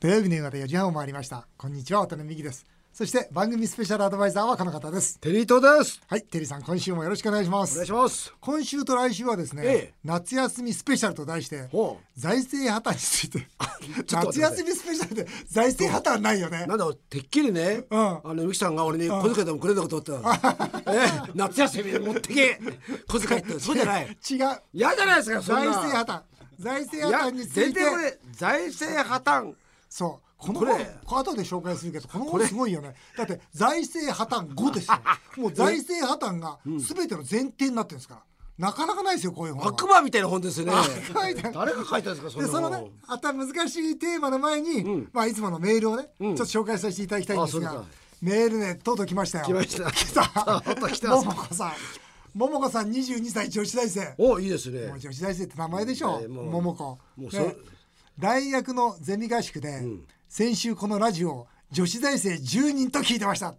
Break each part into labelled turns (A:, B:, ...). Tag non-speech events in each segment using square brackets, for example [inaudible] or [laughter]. A: 土曜日の夕方4時半を回りましたこんにちは渡辺美希ですそして番組スペシャルアドバイザーはこの方です
B: テリートです。
A: はいテリーさん今週もよろしくお願いします
B: お願いします。
A: 今週と来週はですね、
B: ええ
A: 夏休みスペシャルと題して
B: ほ
A: 財政破綻について
B: [laughs] ちょっと待
A: 夏
B: って
A: 休
B: ください
A: みスペシャルで財政破綻ないよね
B: う。なんだろうてっきりね、
A: うん
B: あのゆきさんが俺に小遣いでもくれるのかと思ってた
A: [laughs]
B: の。ええ夏休みで持ってけ小遣いってそうじゃない。
A: [laughs] 違う財
B: 嫌じゃないですかそんな。
A: 政破綻財政破綻
B: いや
A: につい
B: 全
A: て
B: 然これ財政破綻。
A: そうこの
B: これ
A: 本後で紹介するけどこの本すごいよねだって財政破綻後ですよ
B: [laughs]
A: もう財政破綻が全ての前提になってるんですから、なかなかないですよこういう本は
B: 悪魔みたいな本ですよね。
A: 魔みたいな
B: 誰が書いたんですかそん
A: で
B: な
A: その
B: 本。
A: ねあた難しいテーマの前に、まあ、いつものメールをね、ちょっと紹介させていただきたいんです
B: あそ
A: が
B: うです
A: メールねとうとう来ましたよ
B: 来まし
A: [laughs]
B: た
A: 来た
B: [laughs] あ本当来てます
A: ももこさんももこさん22歳女子大生
B: おいいですね
A: もう。女子大生って名前でしょ、
B: えーもう
A: ももこ
B: もうそ
A: ね大学のゼミ合宿で、先週このラジオを女子大生10人と聞いてました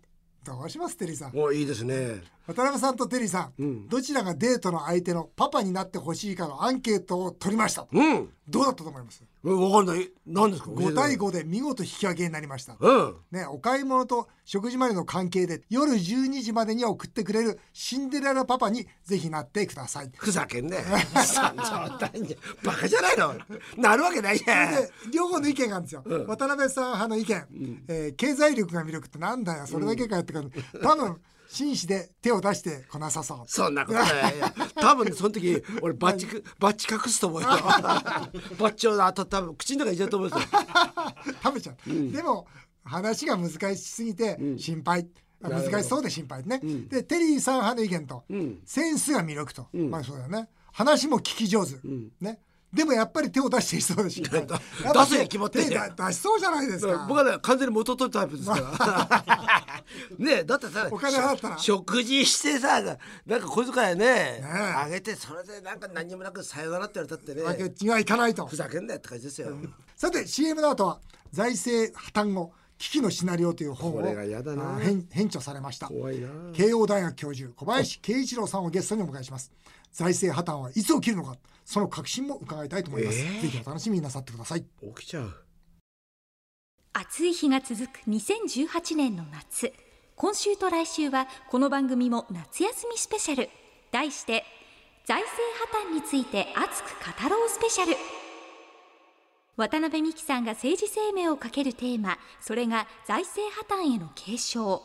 A: どうしますテリーさん
B: おいいですね。
A: 渡辺さんとテリーさん、どちらがデートの相手のパパになってほしいかのアンケートを取りました
B: うん。
A: どうだったと思います
B: うんわかんない。何ですか。
A: 5対
B: 5。
A: 5で見事引き分けになりました
B: うん。
A: ね、お買い物と食事までの関係で夜12時までには送ってくれるシンデレラパパにぜひなってください
B: ふざけんね。
A: [laughs]
B: そんな冗談じゃバカじゃないの。なるわけないじゃん。
A: で両方の意見があるんですよ、渡辺さん派の意見、えー経済力が魅力ってなんだよそれだけかよって感じ、多分紳士で手を出してこなさそう
B: そんなことない。多分ねその時俺バッチくバッチ隠すと思 [laughs] うよ。バッチを当たった口の中に入れちゃうと思うんですよ。
A: 食べちゃう、でも話が難しすぎて心配、あ難しそうで心配ね、でテリーさん派の意見と、センスが魅力と、まあそうだよね話も聞き上手、ねでもやっぱり手 [laughs] を出していそうでしょ
B: 出せに決まってんじゃん
A: 手出出しそうじゃないですか
B: 僕はね完全に元取るタイプです [laughs] から。ねえだってさ
A: お金払ったら
B: しょ食事してさなんか小遣いね
A: ねえ
B: あげてそれでなんか何にもなくさよならって言われたっ
A: わ
B: てね
A: けにはいかないと
B: ふざけんなよって感じですよ。
A: さて CM の後は財政破綻後危機のシナリオという本を
B: これが嫌だな
A: あー編編著されました
B: 怖いな
A: 慶応大学教授小林慶一郎さんをゲストにお迎えします財政破綻はいつ起きるのかその確信も伺いたいと思います、
B: えー
A: ぜひお楽しみになさってください
B: 起きちゃう。
C: 暑い日が続く2018年の夏今週と来週はこの番組も夏休みスペシャル題して財政破綻について熱く語ろうスペシャル渡辺美樹さんが政治生命をかけるテーマそれが財政破綻への警鐘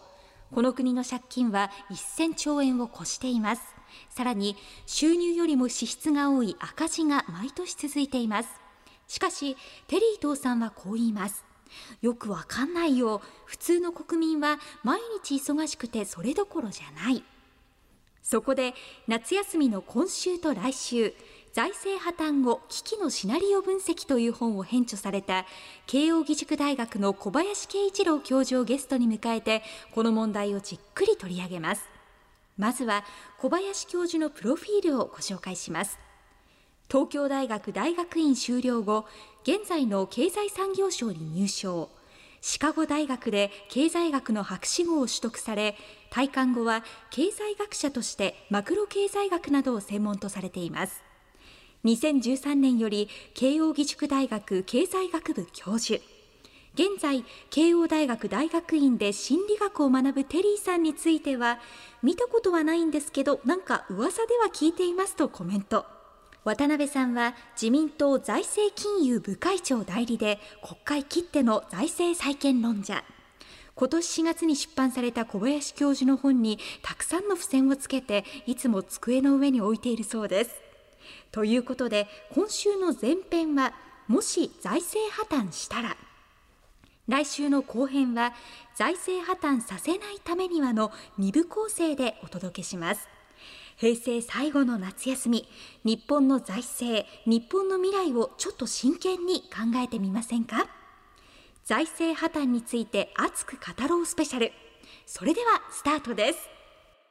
C: この国の借金は1000兆円を超していますさらに収入よりも支出が多い赤字が毎年続いていますしかしテリー伊藤さんはこう言いますよくわかんないよ普通の国民は毎日忙しくてそれどころじゃないそこで夏休みの今週と来週財政破綻後危機のシナリオ分析という本を編著された慶應義塾大学の小林慶一郎教授をゲストに迎えてこの問題をじっくり取り上げますまずは小林教授のプロフィールをご紹介します東京大学大学院修了後現在の経済産業省に入省シカゴ大学で経済学の博士号を取得され退官後は経済学者としてマクロ経済学などを専門とされています2013年より慶應義塾大学経済学部教授現在慶応大学大学院で心理学を学ぶテリーさんについては見たことはないんですけどなんか噂では聞いていますとコメント渡辺さんは自民党財政金融部会長代理で国会きっての財政再建論者今年4月に出版された小林教授の本にたくさんの付箋をつけていつも机の上に置いているそうですということで今週の前編はもし財政破綻したら来週の後編は財政破綻させないためにはの2部構成でお届けします平成最後の夏休み日本の財政日本の未来をちょっと真剣に考えてみませんか財政破綻について熱く語ろうスペシャルそれではスタートです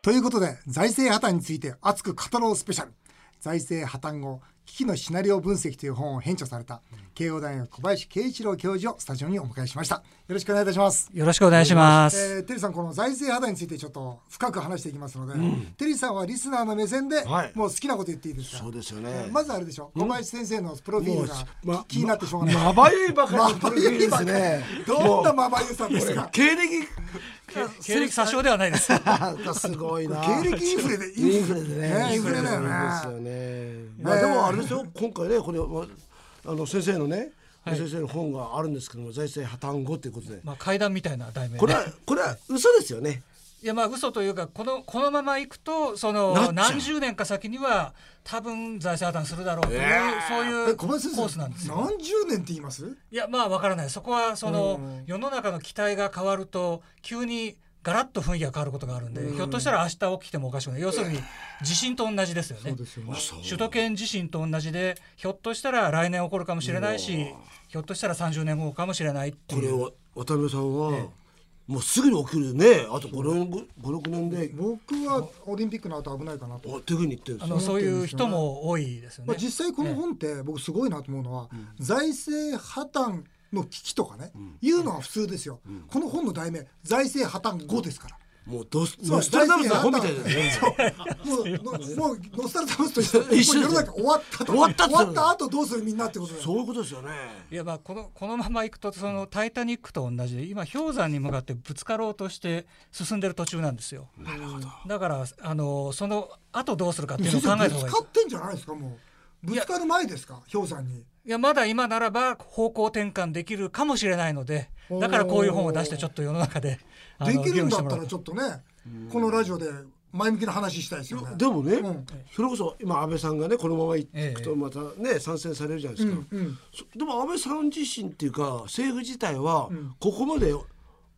A: ということで財政破綻について熱く語ろうスペシャル財政破綻後危機のシナリオ分析という本を編著された慶応大学小林慶一郎教授をスタジオにお迎えしましたよろしくお願いいたします
D: よろしくお願いします、
A: えー、テリーさんこの財政肌についてちょっと深く話していきますので、うん、テリーさんはリスナーの目線で、はい、もう好きなこと言っていいですか
B: そうですよね
A: まずあれでしょ小林先生のプロフィールが、ま、気になってしょうが
B: ないまばゆいばかりのプロフィールですね
A: どんなまばゆさですか
B: 経歴
D: 経歴詐称ではないです。
B: すごいな。
A: 経歴インフレで
B: インフレでね。
A: インフレだよね。
B: まあでもあれですよ。今回ねこれあの先生のね。先生の本があるんですけども財政破綻後ということで、
D: [laughs] まあ、会談みたいな題名、
B: これはこれは嘘ですよね
D: いやまあ嘘というかこのこのままいくとその何十年か先には多分財政破綻するだろうという、そういうコースなんですよ。
A: 何十年って言います
D: いやまあわからないそこはその、世の中の期待が変わると急にガラッと雰囲気が変わることがあるんで、うん、ひょっとしたら明日起きてもおかしくない要するに地震と同じですよね、ね、首都圏地震と同じでひょっとしたら来年起こるかもしれないしひょっとしたら30年後かもしれない
B: これを渡辺さんは、ね、もうすぐに起きるねあと56年で
A: 僕はオリンピックの後危ないかなと
B: というふうに言ってるん
D: です、ね、そういう人も多いですよね、
A: まあ、実際この本って僕すごいなと思うのは、うん、財政破綻の危機とかね、うん、言うのは普通ですよ、うん、この本の題名財政破綻後ですから、
B: うん、もうドスノスタルダムスの本みたいだね
A: もうもうノスタルダムスと一緒もう世の中終わった
B: 終わった
A: 終わった後どうするみんなってこと
B: そういうことですよね
D: いやまあこのこのままいくとそのタイタニックと同じで今氷山に向かってぶつかろうとして進んでる途中なんですよ
B: なるほど
D: だからあのその後どうするかっていうのを考えた方がいいぶ
A: つかってんじゃないですかもうぶつかる前ですか氷山に
D: いやまだ今ならば方向転換できるかもしれないのでだからこういう本を出してちょっと世の中で
A: できるんだったらちょっとねこのラジオで前向きな話したいですよね
B: でもね、うん、それこそ今安倍さんがねこのままいくとまたね、ええ、参戦されるじゃないですか、うんうん、でも安倍さん自身っていうか政府自体はここまで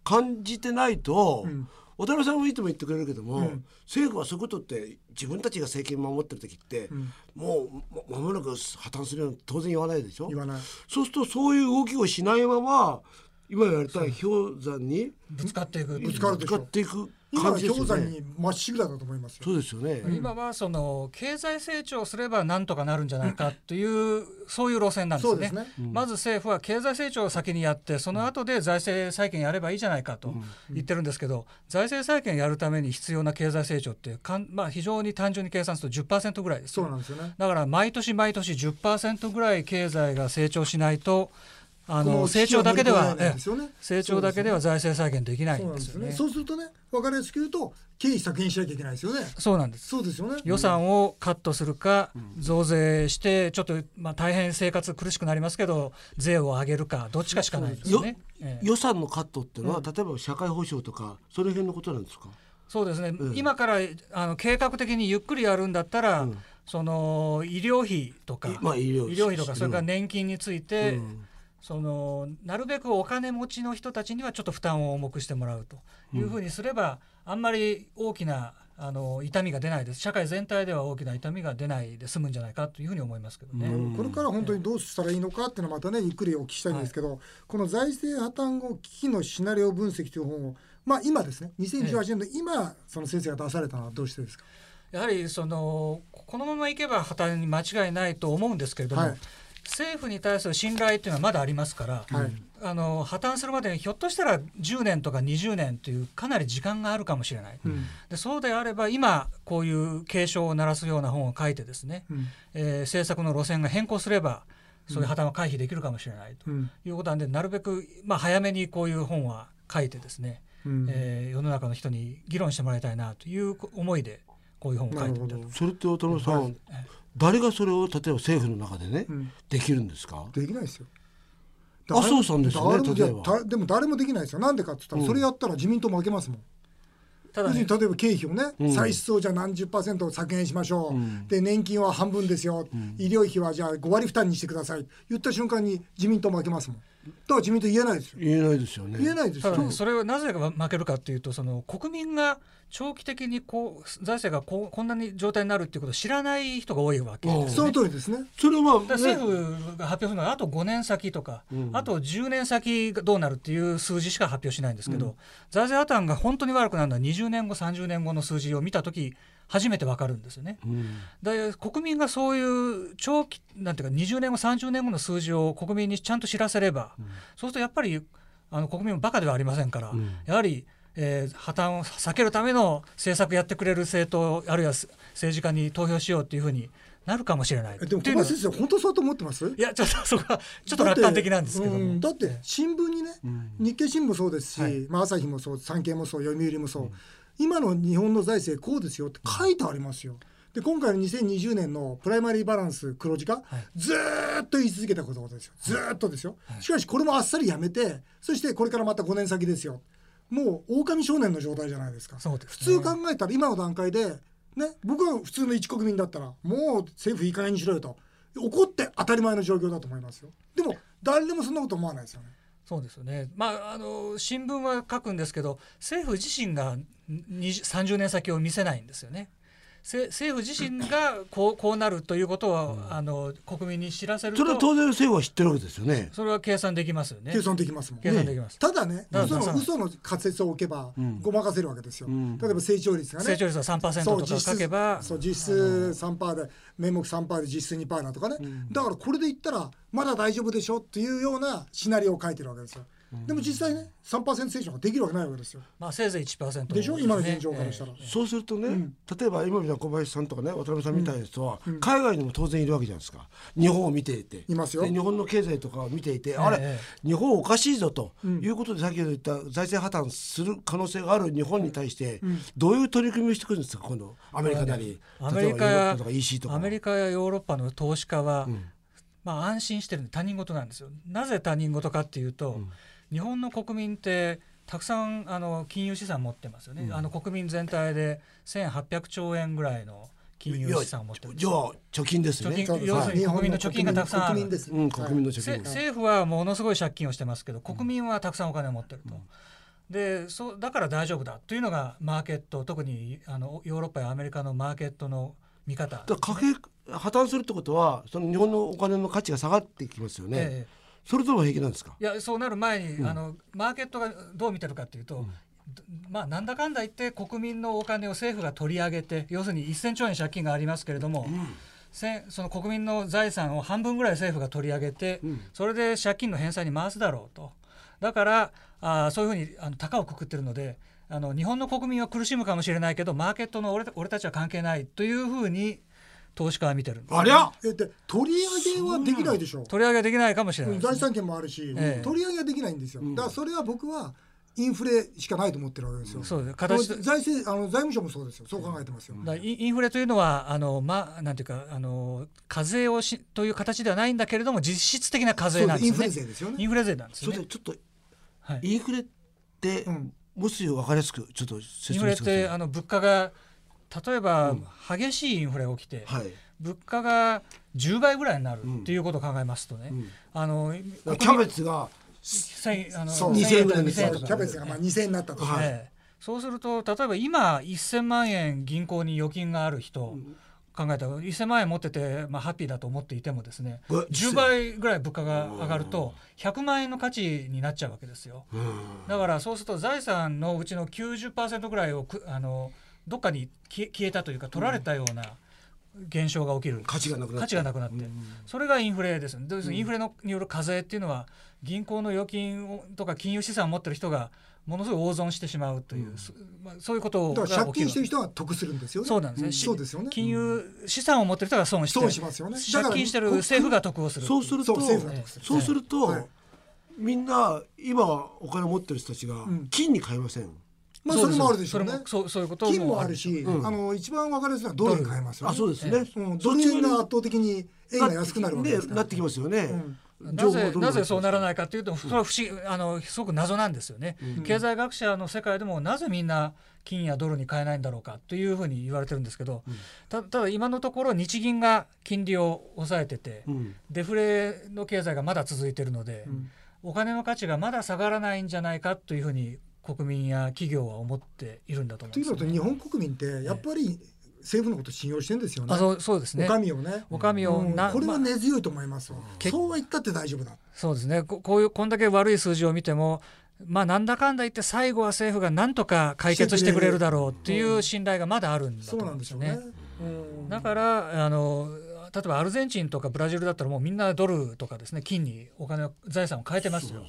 B: 感じてないと、うん、渡辺さんもいつも言ってくれるけども、うん、政府はそういうことって自分たちが政権守ってる時って、うん、もうまもなく破綻するように当然言わないでしょ
A: 言わない
B: そうするとそういう動きをしないまま今言われた氷山に
D: ぶつかっていく
A: ぶつかる
B: ぶつかっていく
A: 感じですよ、ね、今は氷山にまっしぐらだと思います
B: そうですよね、
D: 今はその経済成長すればなんとかなるんじゃないかという、 [laughs] そういう路線なんですね、ねうん、まず政府は経済成長を先にやってその後で財政再建やればいいじゃないかと言ってるんですけど、財政再建やるために必要な経済成長ってかん、まあ、非常に単純に計算すると10%ぐらいです、
A: ね、そうなんですよね
D: だから毎年毎年10%ぐらい経済が成長しないとあの成長だけでは、ね、成長だけでは財政再建できないんですよね。
A: そうするとね、分かりやすく言うと経費削減しなきゃいけないですよね。
D: そうなんです。
A: そうですよね。
D: 予算をカットするか、増税してちょっとまあ大変生活苦しくなりますけど税を上げるかどっちかしかないですね。
B: 予算のカットっていうのは、例えば社会保障とかその辺のことなんですか。
D: そうですね。今からあの計画的にゆっくりやるんだったら、その医療費とか、
B: まあ、医療
D: 医療費とかそれから年金について。そのなるべくお金持ちの人たちにはちょっと負担を重くしてもらうというふうにすれば、うん、あんまり大きなあの痛みが出ないです社会全体では大きな痛みが出ないで済むんじゃないかというふうに思いますけどね、
A: これから本当にどうしたらいいのかっていうのはまたねゆっくりお聞きしたいんですけど、はい、この財政破綻後危機のシナリオ分析という本を、まあ、今ですね2018年の今、その先生が出されたのはどうしてですか
D: やはりそのこのままいけば破綻に間違いないと思うんですけれども、はい政府に対する信頼というのはまだありますから、はい、あの破綻するまでにひょっとしたら10年とか20年というかなり時間があるかもしれない、うん、でそうであれば今こういう警鐘を鳴らすような本を書いてですね、うん、えー、政策の路線が変更すればそういう破綻は回避できるかもしれないということなんで、なるべく、まあ、早めにこういう本は書いてですね、うん、えー、世の中の人に議論してもらいたいなという思いでこういう本を書いてみた
B: それって渡辺さん、はい誰がそれを例えば政府の中でね、できるんですか
A: できないですよ
B: 麻生さんですよね例え
A: ばでも誰もできないですよなんでかって言ったら、それやったら自民党負けますもんただ、ね、例えば経費をね、歳出をじゃあ何十パーセント削減しましょう、で年金は半分ですよ、医療費はじゃあ5割負担にしてください言った瞬間に自民党負けますもんだから自民党言えないですよ
B: 言えないですよね
A: 言えないですよ、、
D: それをなぜ負けるかというとその国民が長期的にこう財政がこうこんなに状態になるっていうことを知らない人が多いわけです
A: ね、その通りですね。
B: それは、ね、
D: 政府が発表するのはあと5年先とか、うん、あと10年先がどうなるっていう数字しか発表しないんですけど、うん、財政破綻が本当に悪くなるのは20年後30年後の数字を見た時初めてわかるんですよね。うん、で国民がそういう長期なんていうか20年後30年後の数字を国民にちゃんと知らせれば、うん、そうするとやっぱりあの国民もバカではありませんから、うん、やはり、えー、破綻を避けるための政策やってくれる政党あるいは政治家に投票しようっていうふうになるかもしれない。
A: でも小林先生本当そうと思ってます
D: いやちょっとそこはちょっと楽観的なんですけども。
A: だって,うん、って新聞にね、うん、日経新聞もそうですし、はい、まあ、朝日もそう産経もそう読売もそう、うん、今の日本の財政こうですよって書いてありますよ。で今回の2020年のプライマリーバランス黒字化、はい、ずっと言い続けたことですよずっとですよ、はい、しかしこれもあっさりやめてそしてこれからまた5年先ですよもう狼少年の状態じゃないですか、ね、普通考えたら今の段階でね、僕は普通の一国民だったらもう政府いい加減にしろよと怒って当たり前の状況だと思いますよでも誰でもそんなこと思わないですよね
D: そうですよね、まあ、あの新聞は書くんですけど政府自身が30年先を見せないんですよね政府自身がこうこうなるということを、うん、あの国民に知らせる
B: それは当然政府は知ってるわけですよね
D: それは計算できますよね
A: 計算できますもん、
D: 計算できます、
A: ただね嘘の嘘の仮説を置けばごまかせるわけですよ、うん、例えば成長率がね
D: 成長率は3%とか書けば
A: そう実質3%で名目3%で実質2%だとかね、うん、だからこれで言ったらまだ大丈夫でしょっていうようなシナリオを書いてるわけですよでも実際ね3%成長ができるわけないわけですよ。
D: まあせいぜい1%
A: でしょ今の現状からしたら。
B: そうするとね、例えば今みたいな小林さんとかね渡辺さんみたいな人は、海外にも当然いるわけじゃないですか。日本を見ていて、
A: いますよ。
B: 日本の経済とかを見ていて、あれ日本おかしいぞということで先ほど言った財政破綻する可能性がある日本に対してどういう取り組みをしてくるんですか今度アメリカなり、
D: アメリカやアメリカやヨーロッパの投資家は、まあ安心してる他人事なんですよ。なぜ他人事かっていうと。日本の国民ってたくさんあの金融資産持ってますよね、うん、あの国民全体で1800兆円ぐらいの金融資産を持ってる
B: じゃあ貯金ですね
D: 貯金要するに国民の貯金がたくさんある、
A: ねうん、
B: 国民の貯金、
D: 政府はものすごい借金をしてますけど国民はたくさんお金を持ってると。うん、でそうだから大丈夫だというのがマーケット特にあのヨーロッパやアメリカのマーケットの見方、ね、
B: だ破綻するってことはその日本のお金の価値が下がってきますよね。ええそれとも平気なんですか
D: いやそうなる前に、うん、あのマーケットがどう見てるかというと、うん、まあ、なんだかんだ言って国民のお金を政府が取り上げて要するに1000兆円借金がありますけれども、うん、せその国民の財産を半分ぐらい政府が取り上げて、それで借金の返済に回すだろうとだからあそういうふうにあの高をくくってるのであの日本の国民は苦しむかもしれないけどマーケットの俺俺たちは関係ないというふうに投資家見てる、ね、
B: ありゃ
A: えで取り上げはできないでしょ
D: 取り上げできないかもしれない、ね、
A: 財産権もあるし、ええ、取り上げはできないんですよ、だからそれは僕はインフレしかないと思ってるわけですよ。
D: そうです
A: 形財政あの財務省もそうですよ。そう考えてますよ。
D: インフレというのはあのまあなんていうかあの課税をしという形ではないんだけれども実質的な課税なんです
A: ね。インフレ税ですよね。
D: インフレ税なんです
B: そ
D: ね。
B: れでちょっと、はい、インフレって、うん、もし分かりやすくちょっと
D: 説明してください。インフレってあの物価が例えば、激しいインフレが起きて、物価が10倍ぐらいになるっていうことを考えますとね、あの
B: キャベツが
A: 2000円ぐらいにキャベツがまあ2000円になったと、
D: そうすると例えば今1000万円銀行に預金がある人、考えたら1000万円持ってて、まあ、ハッピーだと思っていてもですね10倍ぐらい物価が上がると100万円の価値になっちゃうわけですよだからそうすると財産のうちの90%ぐらいをくあのどっかに消えたというか取られたような現象が起きる、うん、、
B: 価値がなくなって
D: うん、それがインフレですねインフレのによる課税っていうのは銀行の預金とか金融資産を持ってる人がものすごい大損してしまうという、うん、そまあ、そういうこと
A: が借金してる人は得するんですよね。
D: そうなんですね。
A: そうですよね。
D: 金融資産を持ってる人が損して
A: 損しますよね。
D: 借金してる政府が得をする。
B: そうすると、そうすると、みんな今お金持ってる人たちが金に買えません
A: まあそれもあるでしょうね。
D: そうそういうこと
A: 金もあるし、あの一番わかりやすいのはドルに変えますよ
B: ね。あそうですね。
A: ドルが圧倒的に円が安くなるわけです
B: なってきますよね。
D: なぜなぜそうならないかというとそれは不思議あのすごく謎なんですよね、経済学者の世界でもなぜみんな金やドルに変えないんだろうかというふうに言われてるんですけど、たただ今のところ日銀が金利を抑えてて、デフレの経済がまだ続いてるので、お金の価値がまだ下がらないんじゃないかというふうに国民や企業は思っているんだと思
A: います、ね、というのと日本国民ってやっぱり政府のこと信用してるんですよね。
D: あそうそうですね。
A: お上をね。
D: お上を、うん、
A: これは根強いと思います、まあ、そうは言ったって大丈夫だ。
D: そうですねこ。こういうこんだけ悪い数字を見てもまあ、なんだかんだ言って最後は政府がなんとか解決してくれるだろうっていう信頼がまだあるんだと思うんですよね。だからあの例えばアルゼンチンとかブラジルだったらもうみんなドルとかですね金にお金財産を変えてますよ。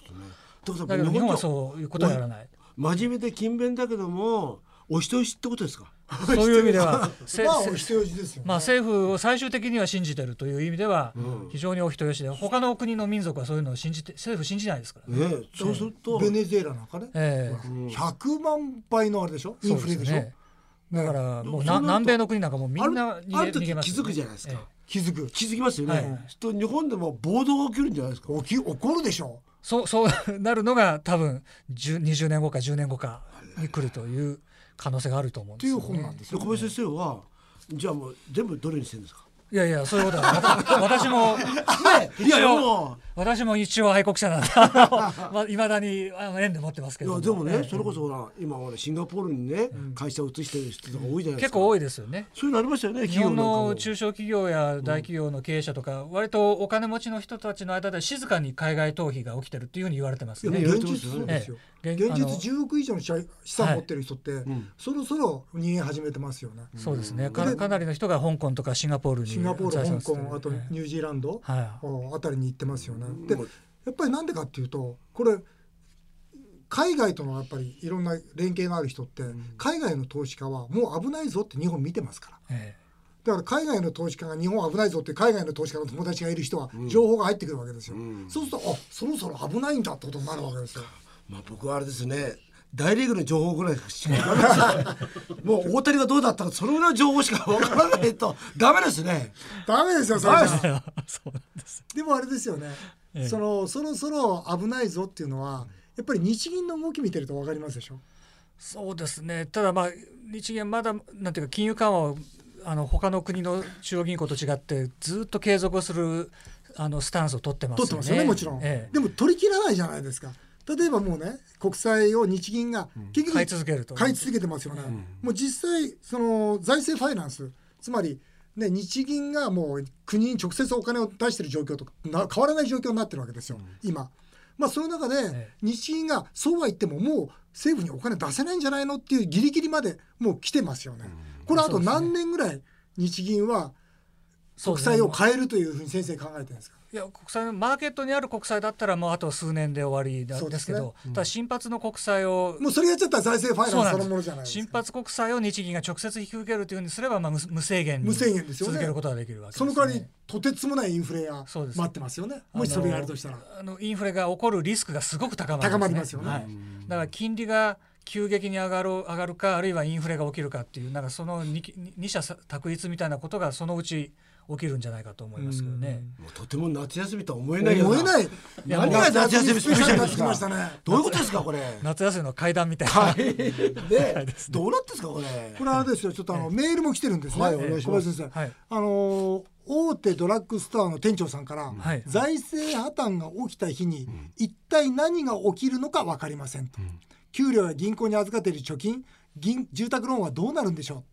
D: すね、だけど日本はそういうことはやらない。
B: 真面目で勤勉だけどもお人よしってことですか
D: [laughs] そういう意味では
A: まあお人よしですよ、ね、
D: まあ政府を最終的には信じてるという意味では非常にお人よしで他の国の民族はそういうのを信じて政府信じないですか
B: [laughs]
D: ら
B: ね、ねそうすると
A: ベネズエラなんかね、えー、100万倍のあれでしょインフレでしょ、ね、
D: だからもう南米の国なんかもみんな
B: 逃げ逃げます気づくじゃないですか、えー、
A: 気づく
B: 気づきますよね、はい、と日本でも暴動が起きるんじゃないですか
A: 起き起こるでしょ
D: そうそう [laughs] なるのが多分20年後か10年後かに来るという可能性があると思うんですよ、ね。
A: という本なんですよ、
B: ね、小林先生はじゃあもう全部どれにしてるんですか
D: いやいやそういうことは私も、
B: ね、 [laughs] いやいや
D: 私も一応愛国者なんで [laughs] いまだにあの縁で持ってますけど
B: でもね、それこそほら今ほらシンガポールにね、うん、会社を移してる人とか多いじゃないです
D: か結構多いですよね
B: そういうのありましたよね
D: 日本の中小企業や大企業の経営者とか、うん、割とお金持ちの人たちの間で静かに海外逃避が起きてるっていうふうに言われてますね
A: 現実そうですよ、ええ、現実10億以上の資産持ってる人って、はい、そろそろ逃げ始めてますよね、
D: うん、そうですねかかなりの人が香港とかシンガポールに
A: シンガポール香港あとニュージーランド、はい、あたりに行ってますよねでやっぱりなんでかっていうとこれ海外とのやっぱりいろんな連携のある人って、海外の投資家はもう危ないぞって日本見てますから、ええ、だから海外の投資家が日本危ないぞって海外の投資家の友達がいる人は情報が入ってくるわけですよ、うんうん、そうするとあそろそろ危ないんだってことになるわけですよ。
B: まあ、僕はあれですね大リーグの情報ぐらいしか分からない [laughs] もう大谷がどうだったかそのぐらいの情報しか分からないとダメですね
A: ダメですよそれはでもあれですよね、ええ、そのそろそろ危ないぞっていうのはやっぱり日銀の動き見てると分かりますでしょ
D: そうですねただまあ日銀はまだなんていうか金融緩和をあの他の国の中央銀行と違ってずっと継続をするあのスタンスを取ってますよね。
A: 取ってますよねもちろん、え、でも取り切らないじゃないですか。例えばもうね国債を日銀が
D: 結局買い続けると
A: 買い続けてますよね、うん、もう実際その財政ファイナンスつまりね日銀がもう国に直接お金を出してる状況とな変わらない状況になってるわけですよ、うん、今。まあ、その中で日銀がそうは言ってももう政府にお金出せないんじゃないのっていうギリギリまでもう来てますよね。これあと何年ぐらい日銀は国債を変えるというふうに先生考えてるんですか
D: いや国債マーケットにある国債だったらもうあと数年で終わりなんですけど、ねうん、ただ新発の国債を
A: もうそれやっちゃったら財政ファイナンスそのものじゃない
D: 新発国債を日銀が直接引き受けるというふうにすれば、まあ、無制限に続けることができるわけです、
A: ね,ですね、その代わりとてつもないインフレが待ってますよねもしそれやるとしたら
D: あのインフレが起こるリスクがすごく高ま
A: る、ね、高まりますよね、
D: はい、だから金利が急激に上がる上がるかあるいはインフレが起きるかっていうなんかその二者択一みたいなことがそのうち起きるんじゃないかと思いますけどね。
B: もうとても夏休みとは思えないよ
A: うな。思えない。
B: 何が夏休みスペシャルですか。
A: すね、
B: どういうことですか [laughs] これ。
D: 夏休みの階段みたいな。は
B: ね、
D: い、
B: どうなってですかこれ。
A: これはですよちょっとあの、ええ、メールも来てるんですね。はい、小林先生。はい、あのー、大手ドラッグストアの店長さんから、はい、財政破綻が起きた日に、一体何が起きるのか分かりませんと、うん、給料や銀行に預かっている貯金銀住宅ローンはどうなるんでしょう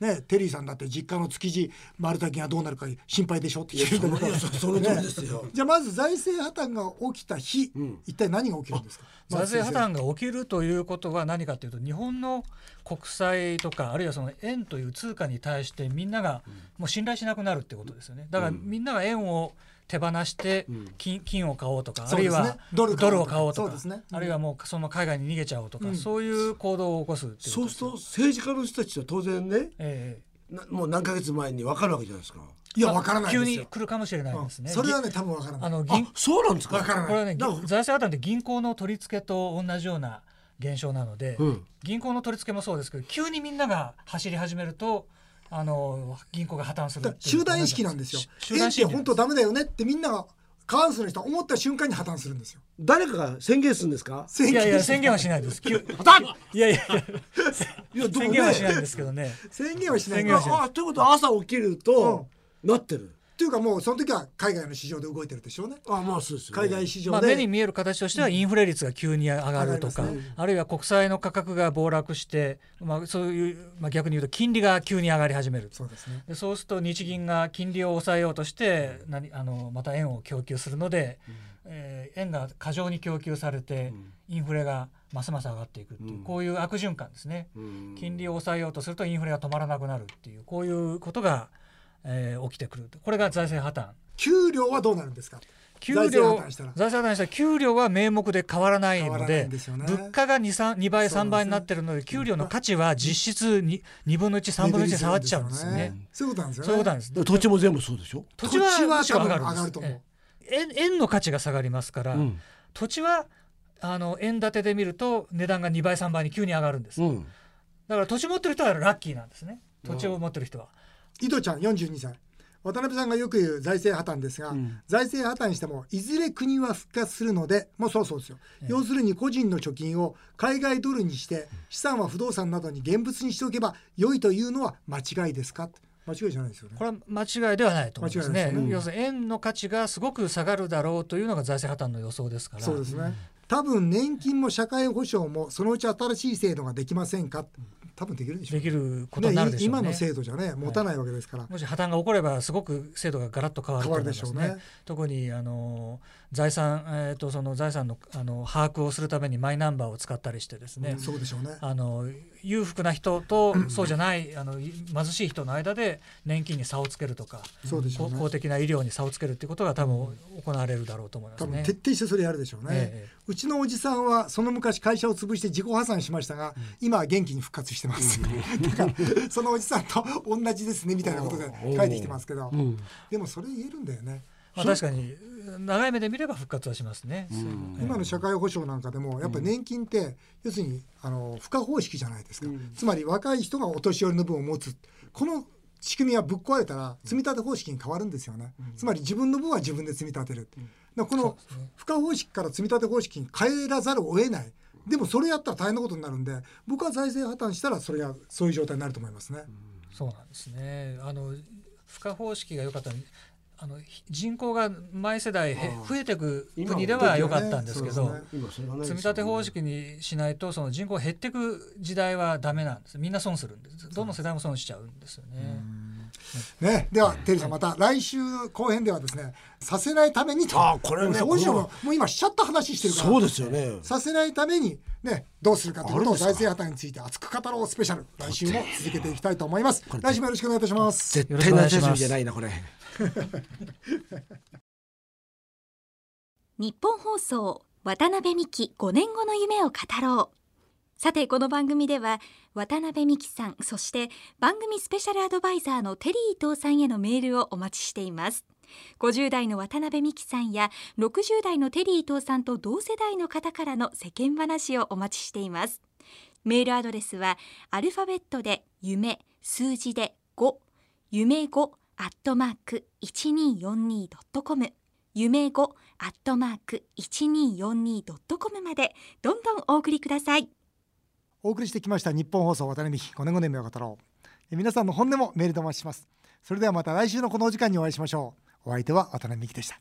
A: ね、テリーさんだって実家の築地丸太金はどうなるか心配でしょって聞いてるから
B: その通りですよ、
A: [laughs] じゃあまず財政破綻が起きた日、うん、一体何が起きるんですか
D: 財政破綻が起きるということは何かというと日本の国債とかあるいはその円という通貨に対してみんながもう信頼しなくなるってことですよねだからみんなが円を手放して金,、金を買おうとか、うん、あるいは、ね、ドルを買おうとか、ねうん、あるいはもうその海外に逃げちゃおうとか、うん、そういう行動を起こすっていう
B: そうすると政治家の人たちは当然ね、えー、もう何ヶ月前に分かるわけじゃないですか。
A: いや、わからない
D: 急に来るかもしれないですね。
A: それはね、多分わからない。あ
B: の、銀、そうなんですか。
A: わからない。
D: これはね、財政破綻って銀行の取り付けと同じような現象なので、銀行の取り付けもそうですけど、急にみんなが走り始めると。あの銀行が破綻する
A: 集団意識なんですよ。集団意識本当ダメだよねってみんなが過半数の人は思った瞬間に破綻するんですよ。
B: 誰かが宣言するんですか？
D: いやいや宣言はしないで
A: [laughs]
D: す。破
B: 綻。
D: いやいやいや宣言はしないんですけどね。
A: 宣言はしない。
B: あということは朝起きると、うん、なってる。
A: というかもうその時は海外の市場で動いてるでしょうね。
B: あまあそうです、ね、
A: 海外市場
D: まあ、目に見える形としてはインフレ率が急に上がるとか、ね、あるいは国債の価格が暴落して、まあ、そういう、まあ、逆に言うと金利が急に上がり始める
A: そうです、ね、
D: でそうすると日銀が金利を抑えようとして何あのまた円を供給するので、えー、円が過剰に供給されて、インフレがますます上がっていくっていう、こういう悪循環ですね、金利を抑えようとするとインフレが止まらなくなるっていうこういうことが、えー、起きてくるこれが財政破綻
A: 給料はどうなるんですか
D: 給料財政破綻したら給料は名目で変わらないので、ね、物価が 2, 2倍3倍になってるので給料の価値は実質 2, 2分の13分の1で下がっちゃうんですね、ね、
A: そういうことなんですよ、ね、
D: そういうことなんです
B: 土地も全部そうでしょ
D: 土地は上がる上がると思う、円円の価値が下がりますから、うん、土地はあの円建てで見ると値段が2倍3倍に急に上がるんです、うん、だから土地持ってる人はラッキーなんですね土地を持ってる人は。
A: 井戸ちゃん42歳渡辺さんがよく言う財政破綻ですが、うん、財政破綻してもいずれ国は復活するのでもうそうそうですよ、ええ、要するに個人の貯金を海外ドルにして資産は不動産などに現物にしておけば良いというのは間違いですか間違いじゃないですよね。
D: これは間違いではないと思いますね。すねうん、要するに円の価値がすごく下がるだろうというのが財政破綻の予想ですから。
A: そうですね。多分年金も社会保障もそのうち新しい制度ができませんか。多分できるでしょう、
D: ね。できることになるでしょうね。、
A: 今の制度じゃね持たないわけですから、はい
D: もし破綻が起こればすごく制度がガラッと変わると思いますね。ね特にあの財産えっ、ー、とその財産のあの把握をするためにマイナンバーを使ったりしてですね。
A: うん、そうでしょうね。
D: あの裕福な人と
A: [clears throat]
D: そうじゃないあの貧しい人の間で年金に差をつけるとか、
A: そうでしょう、ね、
D: 公的な医療に差をつけるっていうことが多分行われるだろうと思います、ね、多分
A: 徹底してそれやるでしょうね、ええ、うちのおじさんはその昔会社を潰して自己破産しましたが、うん、今は元気に復活してます、うん、だからそのおじさんと同じですねみたいなことで書いてきてますけど、うん、でもそれ言えるんだよね。、
D: まあ、確かに長い目で見れば復活はしますね、うん
A: 今の社会保障なんかでもやっぱり年金って、うん、要するにあの付加方式じゃないですか、うん、つまり若い人がお年寄りの分を持つこの仕組みはぶっ壊れたら積み立て方式に変わるんですよね、つまり自分の分は自分で積み立てる、うん、この付加方式から積み立て方式に変えらざるを得ないでもそれやったら大変なことになるんで僕は財政破綻したらそれがそういう状態になると思いますね、
D: そうなんですねあの付加方式が良かったあの人口が毎世代増えていく国では良かったんですけど、ねねね、積み立て方式にしないとその人口減っていく時代はダメなんですみんな損するんですどの世代も損しちゃうんですよね。
A: ね、ではテリーさんまた来週後編ではですねさせないためにと
B: あこれね
A: 大城ももう今しちゃった話してるから
B: そうですよね
A: させないためにねどうするかということを財政破綻について熱く語ろうスペシャル来週も続けていきたいと思います来週もよろしくお願いいたします
B: 絶対夏休みじゃないなこれ
C: 日本放送渡辺美希5年後の夢を語ろうさてこの番組では渡辺美希さんそして番組スペシャルアドバイザーのテリー伊藤さんへのメールをお待ちしています50代の渡辺美希さんや60代のテリー伊藤さんと同世代の方からの世間話をお待ちしていますメールアドレスはアルファベットで夢数字で5夢5アットマーク 1242.com 夢5アットマーク 1242.com までどんどんお送りください
A: お送りしてきました日本放送渡辺美希5年5年目を語ろう皆さんの本音もメールでお待ちしますそれではまた来週のこのお時間にお会いしましょうお相手は渡辺美希でした